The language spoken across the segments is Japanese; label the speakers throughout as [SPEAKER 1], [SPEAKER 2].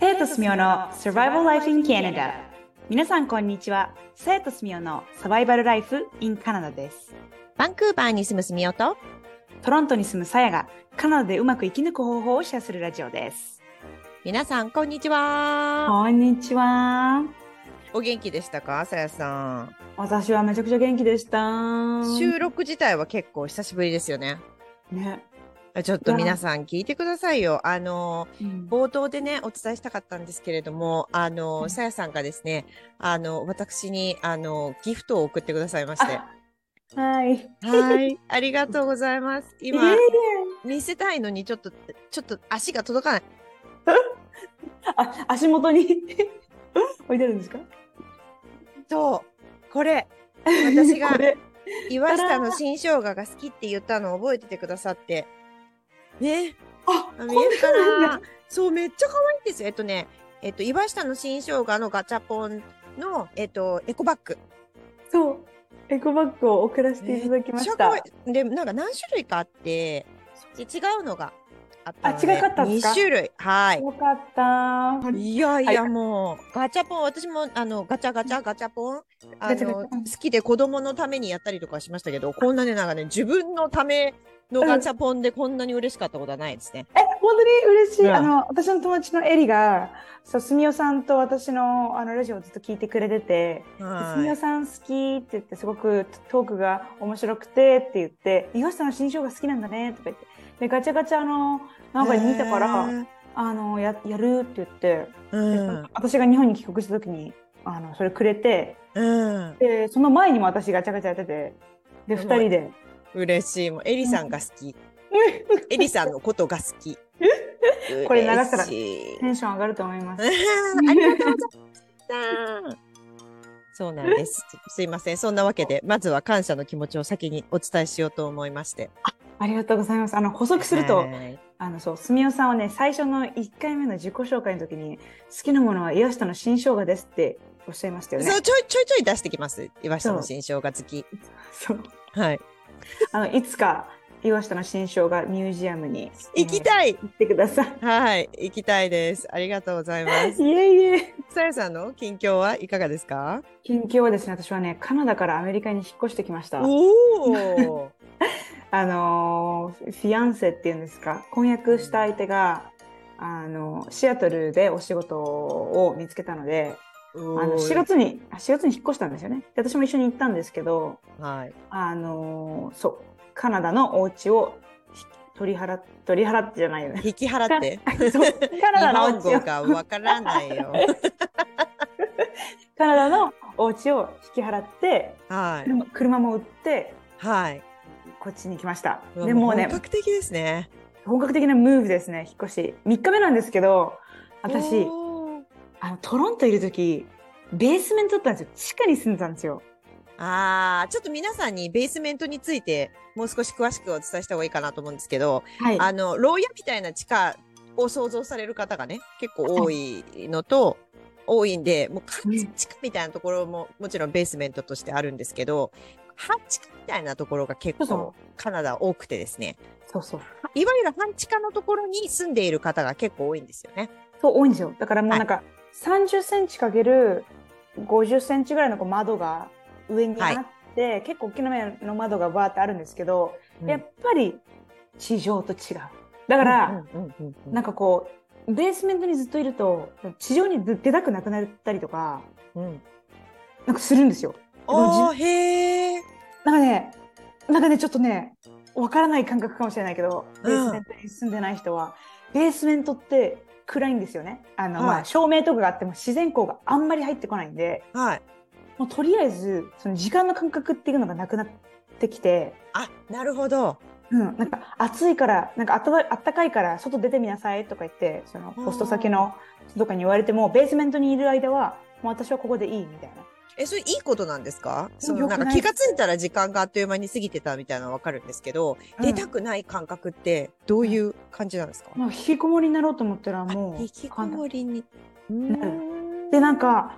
[SPEAKER 1] さやとすみおの Survival Life in Canada 皆さんこんにちはさやとすみおのサバイバルライフ in カナダです
[SPEAKER 2] バンクーバーに住むスミオと
[SPEAKER 1] トロントに住むさやがカナダでうまく生き抜く方法をシェアするラジオです
[SPEAKER 2] 皆さんこんにちは
[SPEAKER 1] こんにちは
[SPEAKER 2] お元気でしたかさやさ
[SPEAKER 1] 私はめちゃくちゃ元気でした
[SPEAKER 2] ん収録自体は結構久しぶりですよね
[SPEAKER 1] ね、
[SPEAKER 2] ちょっと皆さん聞いてくださいよあの
[SPEAKER 1] うん
[SPEAKER 2] 冒頭でねお伝えしたかったんですけれどもあ
[SPEAKER 1] う
[SPEAKER 2] の
[SPEAKER 1] ん
[SPEAKER 2] さやさんがですねあの私にあのギフトを送ってくださいまして
[SPEAKER 1] あはいい
[SPEAKER 2] はい ありがとうございます
[SPEAKER 1] え
[SPEAKER 2] 今
[SPEAKER 1] いえ
[SPEAKER 2] 見せたいのにちょっとちょっと足が届かない
[SPEAKER 1] あ足元に 置いてるんですか
[SPEAKER 2] そうこれ私が
[SPEAKER 1] これ
[SPEAKER 2] 岩下の新生姜が好きって言ったのを覚えててくださって。ね、
[SPEAKER 1] あ
[SPEAKER 2] 見えるか
[SPEAKER 1] こんな
[SPEAKER 2] なん
[SPEAKER 1] だ
[SPEAKER 2] そう、めっちゃ可愛いんですよ。えっとね、えっと、岩下の新生姜のガチャポンの、えっと、エコバッグ。
[SPEAKER 1] そうエコバッグを送らせていただきました、
[SPEAKER 2] めっちゃ可愛いで、なんか何種類かあって、で違うのがあったの
[SPEAKER 1] あ違かったんですか
[SPEAKER 2] 2種類。はい。
[SPEAKER 1] よかった
[SPEAKER 2] いやいや、
[SPEAKER 1] はい
[SPEAKER 2] もう、ガチャポン、私も、あの、ガチャガチャガチャポン、あ
[SPEAKER 1] ガチャガ
[SPEAKER 2] の、
[SPEAKER 1] チャ
[SPEAKER 2] 好きで子供のためにやったりとかしましたけど、こんなね、なんかね、自分のためのガチャポンでこんなに嬉しかったことはないですね。
[SPEAKER 1] え、本当に嬉しい。
[SPEAKER 2] うん
[SPEAKER 1] あの、私の友達のエリが、そう、すみおさんと私の、あの、ラジオをずっと聞いてくれてて、ですみお
[SPEAKER 2] は
[SPEAKER 1] さん好きって言って、すごくトークが面白くてって言って、岩下の新章が好きなんだねとか言って、で、ガチャガチャの、なんか見たか
[SPEAKER 2] へ
[SPEAKER 1] ら、
[SPEAKER 2] ー
[SPEAKER 1] あの、や、やるって言って、
[SPEAKER 2] うん。
[SPEAKER 1] 私が日本に帰国した時に、あの、それくれて、
[SPEAKER 2] うん。
[SPEAKER 1] で、その前にも私ガチャガチャやってて、で、二
[SPEAKER 2] すごい
[SPEAKER 1] 人で、
[SPEAKER 2] 嬉しい。もう、エリさんが好き。エリさんのことが好き。
[SPEAKER 1] これ流したら
[SPEAKER 2] 嬉しい
[SPEAKER 1] テンション上がると思います。
[SPEAKER 2] ありがとうございました。 そうなんです。すいません。そんなわけで、まずは感謝の気持ちを先にお伝えしようと思いまして。
[SPEAKER 1] ありがとうございます。あの、補足すると、
[SPEAKER 2] はい
[SPEAKER 1] あのそう、すみおさんはね、最初の1回目の自己紹介の時に、好きなものは岩下の新生姜ですっておっしゃいましたよね。
[SPEAKER 2] そうちょいちょいちょい出してきます。岩下の新生姜好き。
[SPEAKER 1] そう。
[SPEAKER 2] はい。
[SPEAKER 1] あの、いつか岩下の新生姜ミュージアムに
[SPEAKER 2] 行き
[SPEAKER 1] い
[SPEAKER 2] たい。
[SPEAKER 1] 行ってください。
[SPEAKER 2] はい。行きたいです。ありがとうございます。
[SPEAKER 1] いえいえ。
[SPEAKER 2] さやさんの近況はいかがですか
[SPEAKER 1] 近況はですね、私はね、カナダからアメリカに引っ越してきました。
[SPEAKER 2] お お。
[SPEAKER 1] あのー、フィアンセっていうんですか、婚約した相手が、あの、シアトルでお仕事を見つけたので、あの、4月に、あ4月に引っ越したんですよね。で私も一緒に行ったんですけど、
[SPEAKER 2] はい。
[SPEAKER 1] あのーそう、カナダのお家をひ取り払っ、取り払ってじゃない よね。
[SPEAKER 2] 引き払って。
[SPEAKER 1] そうカナ
[SPEAKER 2] 日
[SPEAKER 1] ダの
[SPEAKER 2] 本
[SPEAKER 1] お家
[SPEAKER 2] 語
[SPEAKER 1] を、
[SPEAKER 2] がわからないよ。
[SPEAKER 1] カナダのお家を引き払って、
[SPEAKER 2] はい。
[SPEAKER 1] 車車も売って、
[SPEAKER 2] はい。
[SPEAKER 1] こっちに来ました。
[SPEAKER 2] うわ
[SPEAKER 1] でもうね
[SPEAKER 2] 本、格的ですね。
[SPEAKER 1] 本格的なムーブですね、引っ越し。3日目なんですけど、私、
[SPEAKER 2] おー
[SPEAKER 1] あの、トロントいる時、ベースメントだったんですよ。地下に住んでたんですよ。
[SPEAKER 2] ああ、ちょっと皆さんにベースメントについてもう少し詳しくお伝えした方がいいかなと思うんですけど、
[SPEAKER 1] はい。
[SPEAKER 2] あの牢屋みたいな地下を想像される方がね結構多いのと、多いんでもう完全地下みたいなところももちろんベースメントとしてあるんですけど半地下みたいなところが結
[SPEAKER 1] そうそ
[SPEAKER 2] 構カナダは多くてですね
[SPEAKER 1] そうそう。
[SPEAKER 2] いわゆる半地下のところに住んでいる方が結構多いんですよね。
[SPEAKER 1] そう、多いんですよ。だからもうなんか、30センチかける50センチぐらいのこう窓が上にあって、結構大きな目の窓がバーってあるんですけど、やっぱり地上と違う。だ
[SPEAKER 2] だ
[SPEAKER 1] から、
[SPEAKER 2] な
[SPEAKER 1] なんん
[SPEAKER 2] か、
[SPEAKER 1] かこう、ベースメントにずっといると、地上に出出たくなくなったりとか、
[SPEAKER 2] うん、
[SPEAKER 1] なんかするんですよ。
[SPEAKER 2] おーへえ。
[SPEAKER 1] なんかね、なんかね、ちょっとね、わからない感覚かもしれないけど、
[SPEAKER 2] う
[SPEAKER 1] ベー
[SPEAKER 2] ん
[SPEAKER 1] スメントに住んでない人は、ベースメントって暗いんですよね。あの、
[SPEAKER 2] はい
[SPEAKER 1] まあ、照明とかがあっても自然光があんまり入ってこないんで、
[SPEAKER 2] はい。
[SPEAKER 1] もうとりあえず、その時間の感覚っていうのがなくなってきて、
[SPEAKER 2] あなるほど。
[SPEAKER 1] うん、なんか暑いから、なんかあたあったかいから外出てみなさいとか言って、その
[SPEAKER 2] うん
[SPEAKER 1] ポスト先の人とかに言われても、ベースメントにいる間は、もう私はここでいいみたいな。
[SPEAKER 2] えそれいいことなんですかその
[SPEAKER 1] よく
[SPEAKER 2] な
[SPEAKER 1] なんい
[SPEAKER 2] か気がついたら時間があっという間に過ぎてたみたいなのわかるんですけど、出たくない感覚ってどういう感じなんですか、
[SPEAKER 1] うんもう引きこもりになろうと思ったら、もう。
[SPEAKER 2] あ引きこもりにな
[SPEAKER 1] るでなんか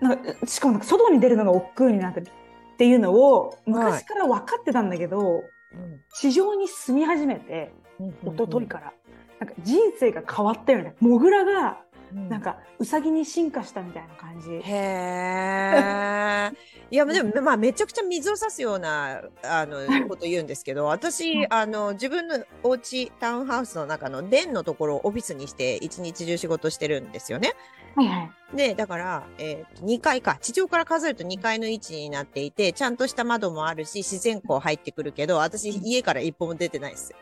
[SPEAKER 1] なんかしかもなんか外に出るのが億劫になってるっていうのを昔から分かってたんだけど、
[SPEAKER 2] うん
[SPEAKER 1] 地上に住み始めて、
[SPEAKER 2] うん
[SPEAKER 1] 一昨日から。なんか人生が変わったよね。モグラが、
[SPEAKER 2] うん
[SPEAKER 1] なんか、ウサギに進化したみたいな感じ。
[SPEAKER 2] へ え。いや、でも、まあ、めちゃくちゃ水を差すような、あの、こと言うんですけど、私、あの、自分のお家、タウンハウスの中の電のところをオフィスにして、一日中仕事してるんですよね。
[SPEAKER 1] はいはい。
[SPEAKER 2] で、だから、えーと2階か。地上から数えると2階の位置になっていて、ちゃんとした窓もあるし、自然光入ってくるけど、私、家から一歩も出てないです。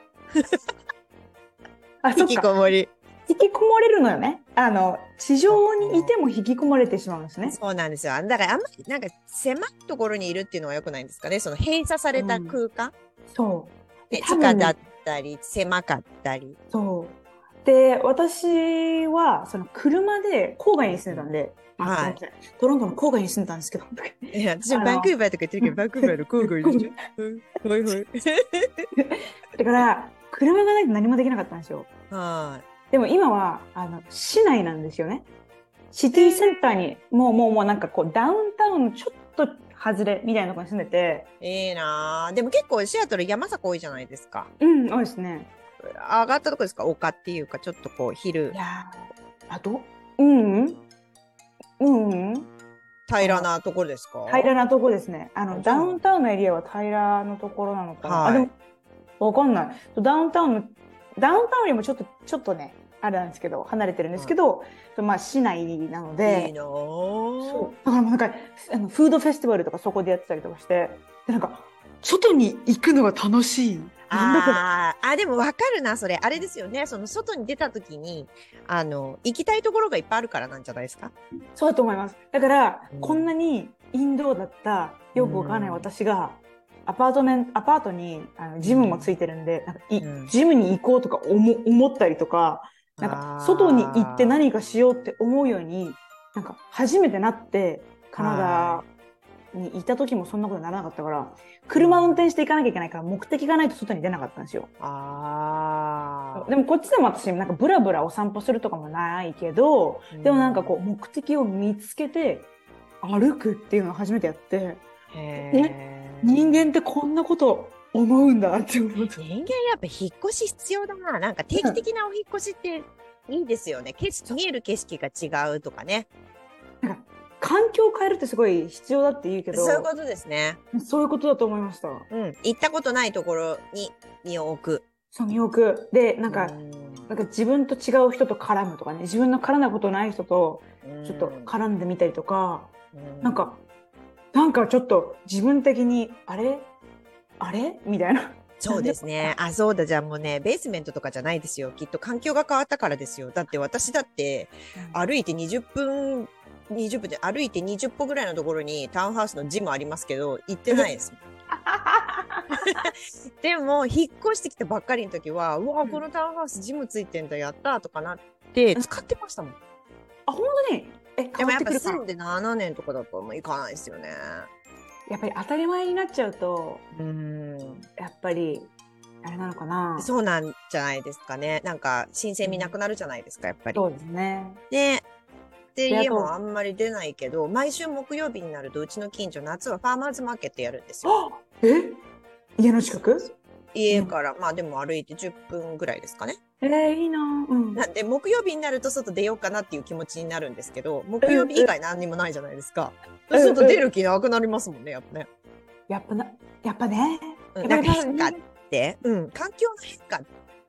[SPEAKER 1] あ、そ
[SPEAKER 2] 引
[SPEAKER 1] っ
[SPEAKER 2] き
[SPEAKER 1] か。
[SPEAKER 2] こもり。
[SPEAKER 1] 引きこもれるのよね。あの、地上にいても引きこもれてしまうんですね。
[SPEAKER 2] そうなんですよ。だから、あんまり、なんか、狭いところにいるっていうのは良くないんですかね。その閉鎖された空間。
[SPEAKER 1] そう。で
[SPEAKER 2] ね地下だったり狭かったり。
[SPEAKER 1] そう。で、私は、その車で郊外に住んでたんで、あ
[SPEAKER 2] はい
[SPEAKER 1] すませんトロントの郊外に住んでたんですけど、
[SPEAKER 2] いや、私
[SPEAKER 1] あの
[SPEAKER 2] バンクーバーとか言ってるけど、バンクーバーの郊外 でしょ。はいはい。
[SPEAKER 1] だから、車がないと何もできなかったんですよ。
[SPEAKER 2] は
[SPEAKER 1] でも今は、あの、市内なんですよね。シティセンターに、もうもうもうなんかこう、ダウンタウンのちょっと外れみたいなところに住んでて、
[SPEAKER 2] い。いいなあでも結構シアトル山坂多いじゃないですか。
[SPEAKER 1] うん、多いですね。
[SPEAKER 2] 上がったとこですか丘っていうか、ちょっとこう、昼
[SPEAKER 1] い、やーあどうんうんうんうん
[SPEAKER 2] 平らなところですか
[SPEAKER 1] 平らなとこですねあの
[SPEAKER 2] あそう
[SPEAKER 1] ダ
[SPEAKER 2] なの
[SPEAKER 1] ウンタウンのエリアは平らのところなのかな、
[SPEAKER 2] はい
[SPEAKER 1] あでもわかんないダウンタウンのダウンタウンよりもちょっとちょっとねあれなんですけど離れてるんですけど、まあ市内なので
[SPEAKER 2] いいなあ
[SPEAKER 1] そうだからもうなんかあのフードフェスティバルとかそこでやってたりとかしてでなんか外に行くのが楽しいなんだこれ
[SPEAKER 2] あーあ、でもわかるな、それ。あれですよね。その外に出た時に、あの、行きたいところがいっぱいあるからなんじゃないですか。
[SPEAKER 1] そうだと思います。だから、
[SPEAKER 2] うん
[SPEAKER 1] こんなにインドアだった、よくわからない
[SPEAKER 2] うん
[SPEAKER 1] 私が、アパートメント、アパートにあのジムもついてるんで、なんかい
[SPEAKER 2] うん
[SPEAKER 1] ジムに行こうとか思思ったりとか、なん
[SPEAKER 2] あ
[SPEAKER 1] か
[SPEAKER 2] ー
[SPEAKER 1] 外に行って何かしようって思うように、なんか初めてなって、カナ
[SPEAKER 2] は
[SPEAKER 1] ダにいた時もそんなことならなかったから、車運転していかなきゃいけないから、目的がないと外に出なかったんですよ。
[SPEAKER 2] ああ。
[SPEAKER 1] でもこっちでも私、なんかブラブラお散歩するとかもないけど、でもなんかこう目的を見つけて歩くっていうのを初めてやって
[SPEAKER 2] う、へー
[SPEAKER 1] 人間ってこんなこと思うんだって思った。
[SPEAKER 2] 人間やっぱ引っ越し必要だな。なんか定期的なお引っ越しっていいですよね。景色、見える景色が違うとかね。
[SPEAKER 1] 環境を変えるってすごい必要だって言うけど
[SPEAKER 2] そういうことですね。
[SPEAKER 1] そういうことだと思いました。
[SPEAKER 2] うん。行ったことないところに身を置く。
[SPEAKER 1] その欲でなんか、
[SPEAKER 2] うん
[SPEAKER 1] なんか自分と違う人と絡むとかね自分の絡んだことない人とちょっと絡んでみたりとか、
[SPEAKER 2] うん
[SPEAKER 1] なんかなんかちょっと自分的にあれあれみたいな。
[SPEAKER 2] そうですね。あ、そうだ。じゃあもうね、ベースメントとかじゃないですよ。きっと環境が変わったからですよ。だって私だって、歩いて20分、20分で歩いて20歩ぐらいのところにタウンハウスのジムありますけど、行ってな いです。でも、引っ越してきたばっかりの時は、うわ、このタウンハウスジムついてんだ、やったとかなって、使ってましたもん。
[SPEAKER 1] あ本当にえ
[SPEAKER 2] で
[SPEAKER 1] 変わ
[SPEAKER 2] もや
[SPEAKER 1] っ
[SPEAKER 2] ってぱ
[SPEAKER 1] くるか
[SPEAKER 2] 住んで7年とかだともう行かないですよね。
[SPEAKER 1] やっぱり当たり前になっちゃうと
[SPEAKER 2] うん。
[SPEAKER 1] やっぱりあれなのかなそ
[SPEAKER 2] そうなんじゃないですかね。なんか、新鮮味なくなるじゃないですか、やっぱり。
[SPEAKER 1] うですね
[SPEAKER 2] ね。で、
[SPEAKER 1] であと
[SPEAKER 2] 家もあんまり出ないけど、毎週木曜日になると、うちの近所、夏はファーマーズマーケットやるんですよ。
[SPEAKER 1] あえ家の近く
[SPEAKER 2] 家から、まあでも歩いて10分ぐらいですかね。
[SPEAKER 1] えー、いいなうん
[SPEAKER 2] なんで、木曜日になると外出ようかなっていう気持ちになるんですけど、木曜日以外何にもないじゃないですか。
[SPEAKER 1] うんうん
[SPEAKER 2] 外出る気なくなりますもんね、やっぱね。
[SPEAKER 1] やっぱなやっぱね
[SPEAKER 2] うん
[SPEAKER 1] やっぱ
[SPEAKER 2] なん
[SPEAKER 1] り
[SPEAKER 2] か変化って、うん、環境の変化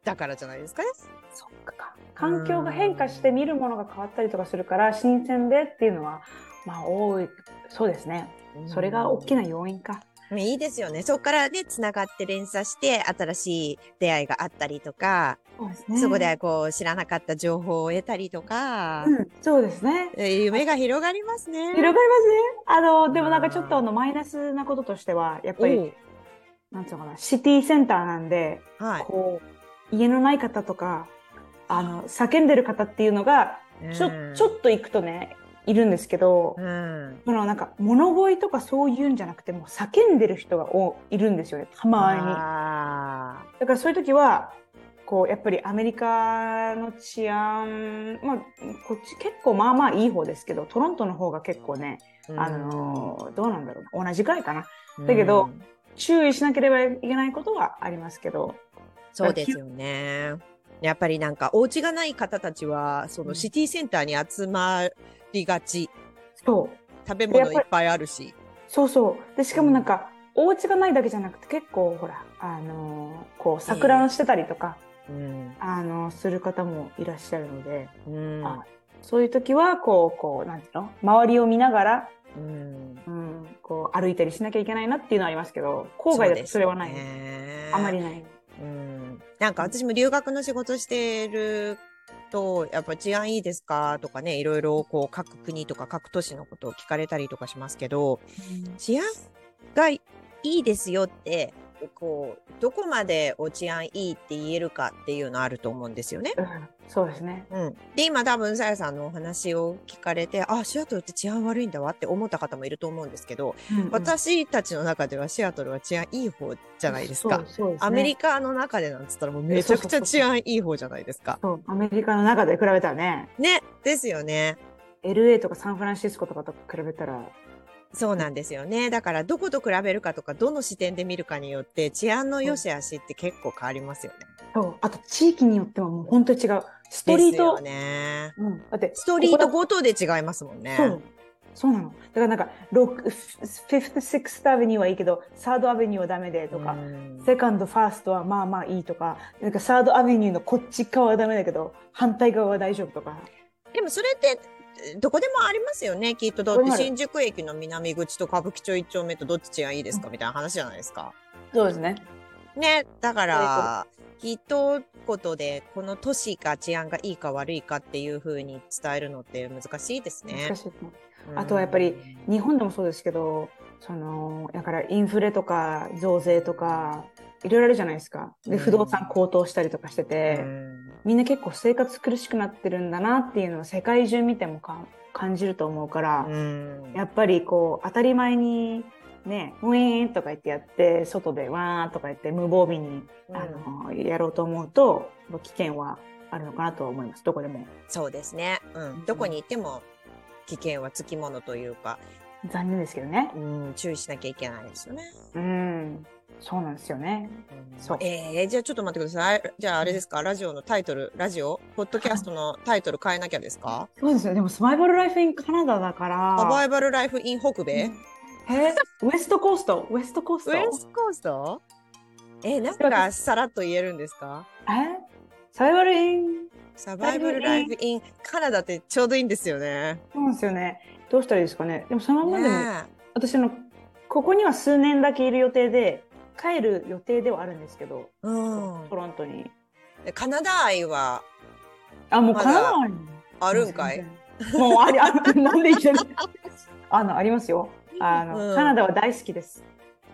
[SPEAKER 2] だからじゃないですかね。
[SPEAKER 1] そっか環境が変化して見るものが変わったりとかするから新鮮でっていうのはまあ多いそうですねそれが大きな要因か
[SPEAKER 2] いいですよね。そこからね、つながって連鎖して、新しい出会いがあったりとか、
[SPEAKER 1] そうですね
[SPEAKER 2] そこでこう知らなかった情報を得たりとか、
[SPEAKER 1] うんそうですね
[SPEAKER 2] えー夢が広がりますね。
[SPEAKER 1] 広がりますねあのでもなんかちょっとあのマイナスなこととしてはやっぱりなんていうのかなシティセンターなんで
[SPEAKER 2] おはい。
[SPEAKER 1] こう家のない方とかあの叫んでる方っていうのがちょ,、
[SPEAKER 2] うん
[SPEAKER 1] ちょっと行くとねいるんですけど、
[SPEAKER 2] うん。
[SPEAKER 1] そのなんか物乞いとかそういうんじゃなくてもう叫んでる人がおいるんですよねたまに。
[SPEAKER 2] あ
[SPEAKER 1] だからそういう時はこうやっぱりアメリカの治安、まあ、こっち結構まあまあいい方ですけどトロントの方が結構ね、
[SPEAKER 2] ー
[SPEAKER 1] あのどうなんだろうな同じくらいかな
[SPEAKER 2] うん
[SPEAKER 1] だけど注意しなければいけないことはありますけど、
[SPEAKER 2] そうですよね。やっぱりなんか、お家がない方たちは、そうの
[SPEAKER 1] ん
[SPEAKER 2] シティセンターに集まりがち。
[SPEAKER 1] そう
[SPEAKER 2] 食べ
[SPEAKER 1] や
[SPEAKER 2] 物
[SPEAKER 1] っ
[SPEAKER 2] い
[SPEAKER 1] ぱり
[SPEAKER 2] っぱいあるし。
[SPEAKER 1] そうそうでしかもなんか、お家がないだけじゃなくて結構ほらあのーこう桜をしてたりとか、
[SPEAKER 2] うん。
[SPEAKER 1] あのーする方もいらっしゃるので
[SPEAKER 2] うん。
[SPEAKER 1] あそういう時はこうこうなんていうの周りを見ながら、
[SPEAKER 2] うん。
[SPEAKER 1] うん、こう歩いたりしなきゃいけないなっていうのはありますけど郊外だとそれはない、
[SPEAKER 2] そうですね
[SPEAKER 1] あまり。ない。
[SPEAKER 2] うん。なんか私も留学の仕事してると、やっぱ治安いいですかとかね、いろいろこう各国とか各都市のことを聞かれたりとかしますけど、治安がいいですよって、こう、どこまでお治安いいって言えるかっていうのあると思うんですよね。
[SPEAKER 1] うん、そうですね。
[SPEAKER 2] うん、で、今多分、さやさんのお話を聞かれて、あ、シアトルって治安悪いんだわって思った方もいると思うんですけど、私たちの中ではシアトルは治安いい方じゃないですか。
[SPEAKER 1] そうそうですね
[SPEAKER 2] アメリカの中でなんつったらもうめちゃくちゃ治安いい方じゃないですか。
[SPEAKER 1] そうアメリカの中で比べたらね、
[SPEAKER 2] ね、ですよね。
[SPEAKER 1] LA とかサンフランシスコとかと比べたら、
[SPEAKER 2] そうなんですよね。だからどこと比べるかとか、どの視点で見るかによって治安の良し悪しって結構変わりますよね。
[SPEAKER 1] そうあと地域によってはもう本当に違う。ストリー
[SPEAKER 2] ですよ
[SPEAKER 1] ト、
[SPEAKER 2] ね。
[SPEAKER 1] うん、だって
[SPEAKER 2] ストリート
[SPEAKER 1] ここ
[SPEAKER 2] ごとで違いますもんね
[SPEAKER 1] だ。そうそうなの。だからなんかロックフィフス、シックスアベニューはいいけど、サードアベニューはダメでとか、
[SPEAKER 2] うん
[SPEAKER 1] セカンド、ファーストはまあまあいいとか、なんかサードアベニューのこっち側はダメだけど、反対側は大丈夫とか。
[SPEAKER 2] でもそれってえーどこでもありますよねきっとだっ
[SPEAKER 1] どこに
[SPEAKER 2] て
[SPEAKER 1] ある
[SPEAKER 2] 新宿駅の南口と歌舞伎町一丁目とどっちがいいですかみたいな話じゃないですか。
[SPEAKER 1] そうですね。
[SPEAKER 2] ねだからきっとことでこの都市が治安がいいか悪いかっていう風に伝えるのって難しいですね
[SPEAKER 1] 難。しいと思うあとはやっぱり日本でもそうですけどそのだからインフレとか増税とかいろいろあるじゃないですか
[SPEAKER 2] う
[SPEAKER 1] で
[SPEAKER 2] ん
[SPEAKER 1] 不動産高騰したりとかして
[SPEAKER 2] うん
[SPEAKER 1] て、
[SPEAKER 2] うん
[SPEAKER 1] みんな結構生活苦しくなってるんだなっていうのを世界中見てもか感じると思うから、
[SPEAKER 2] うん
[SPEAKER 1] やっぱりこう当たり前にねウィーンとか言ってやって外でわーとか言って無防備に、あのやろうと思うと危険はあるのかなとは思いますどこでも
[SPEAKER 2] そうですね、うん、どこに行っても危険はつきものというか、
[SPEAKER 1] 残念ですけどね
[SPEAKER 2] うん、注意しなきゃいけないですよね。
[SPEAKER 1] うんそうなんですよねそう
[SPEAKER 2] えー、じゃあちょっと待ってください。じゃああれですか、ラジオのタイトル、ラジオ、ポッドキャストのタイトル変えなきゃですか
[SPEAKER 1] そうですよ。でもサバイバルライフインカナダだから。
[SPEAKER 2] サバイバルライフイン北米、
[SPEAKER 1] えウェストコースト、ウェストコースト。
[SPEAKER 2] ウ
[SPEAKER 1] え
[SPEAKER 2] ェストコーストえー、なんかさらっと言えるんですか
[SPEAKER 1] サバイバルイン。
[SPEAKER 2] サバイバルライフインカナダってちょうどいいんですよね。
[SPEAKER 1] そうなんですよね。どうしたらいいですかね。でもそのままでも、
[SPEAKER 2] ね
[SPEAKER 1] 私あのここには数年だけいる予定で帰る予定ではあるんですけど、
[SPEAKER 2] えうん
[SPEAKER 1] トロントに。
[SPEAKER 2] でカナダ愛は
[SPEAKER 1] あもう
[SPEAKER 2] ま
[SPEAKER 1] カ
[SPEAKER 2] だ
[SPEAKER 1] ナダに
[SPEAKER 2] あるんかい、。
[SPEAKER 1] もうありあなんで言ってる。あのありますよ。あの、
[SPEAKER 2] うん
[SPEAKER 1] カナダは大好きです。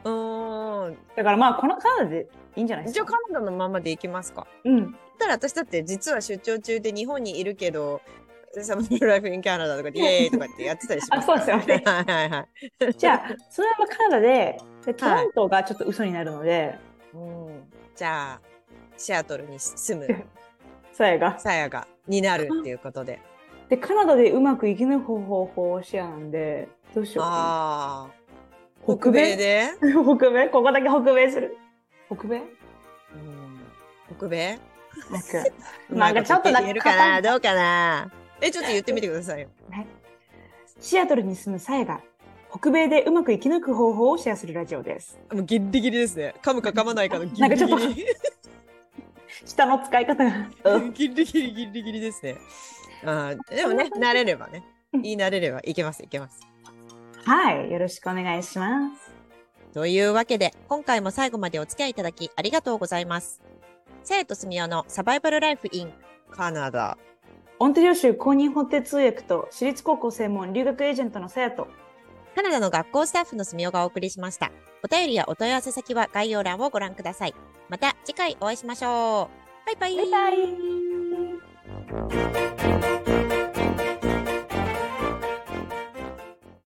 [SPEAKER 2] うん。
[SPEAKER 1] だからまあこのカナダでいいんじゃないです
[SPEAKER 2] 一応
[SPEAKER 1] か。
[SPEAKER 2] カナダのままでいきますか
[SPEAKER 1] うん。
[SPEAKER 2] たら私だって実は出張中で日本にいるけど、サムライフインキャナダとかでイエーイとかってやってたりしますから。
[SPEAKER 1] あそうですよね
[SPEAKER 2] はいはいはい。
[SPEAKER 1] じゃあ、そのままカナダで、でトロントがちょっと嘘になるので、
[SPEAKER 2] うん、じゃあ、シアトルに住む
[SPEAKER 1] さやが。
[SPEAKER 2] さやがになるっていうことで。
[SPEAKER 1] で、カナダでうまくいき抜く方法をシェアなんで、どうしようか
[SPEAKER 2] ああ、
[SPEAKER 1] な。
[SPEAKER 2] 北米で、
[SPEAKER 1] 北米 北米ここだけ北米する。北米
[SPEAKER 2] うん、北米
[SPEAKER 1] なんかなん かちょっとなんか
[SPEAKER 2] 言えるかなどうかなえ、ちょっと言ってみてくださいよ。
[SPEAKER 1] シアトルに住むさやが、北米でうまく生き抜く方法をシェアするラジオです。
[SPEAKER 2] もうギリギリですね。噛むか噛まないかのギリ
[SPEAKER 1] なんか
[SPEAKER 2] ギ
[SPEAKER 1] ちょっと
[SPEAKER 2] リ。
[SPEAKER 1] 下の使い方が。
[SPEAKER 2] ギリギリギリギリですね。あーでもね、慣れればね。言い慣れればいけますいけます。
[SPEAKER 1] はい、よろしくお願いします。
[SPEAKER 2] というわけで、今回も最後までお付き合いいただきありがとうございます。生徒すみおのサバイバルライフインカナダ。
[SPEAKER 1] オンタリオ州公認法廷通訳と私立高校専門留学エージェントのさやと、
[SPEAKER 2] カナダの学校スタッフのすみおがお送りしました。お便りやお問い合わせ先は概要欄をご覧ください。また次回お会いしましょう。バイバイ。
[SPEAKER 1] バイバイ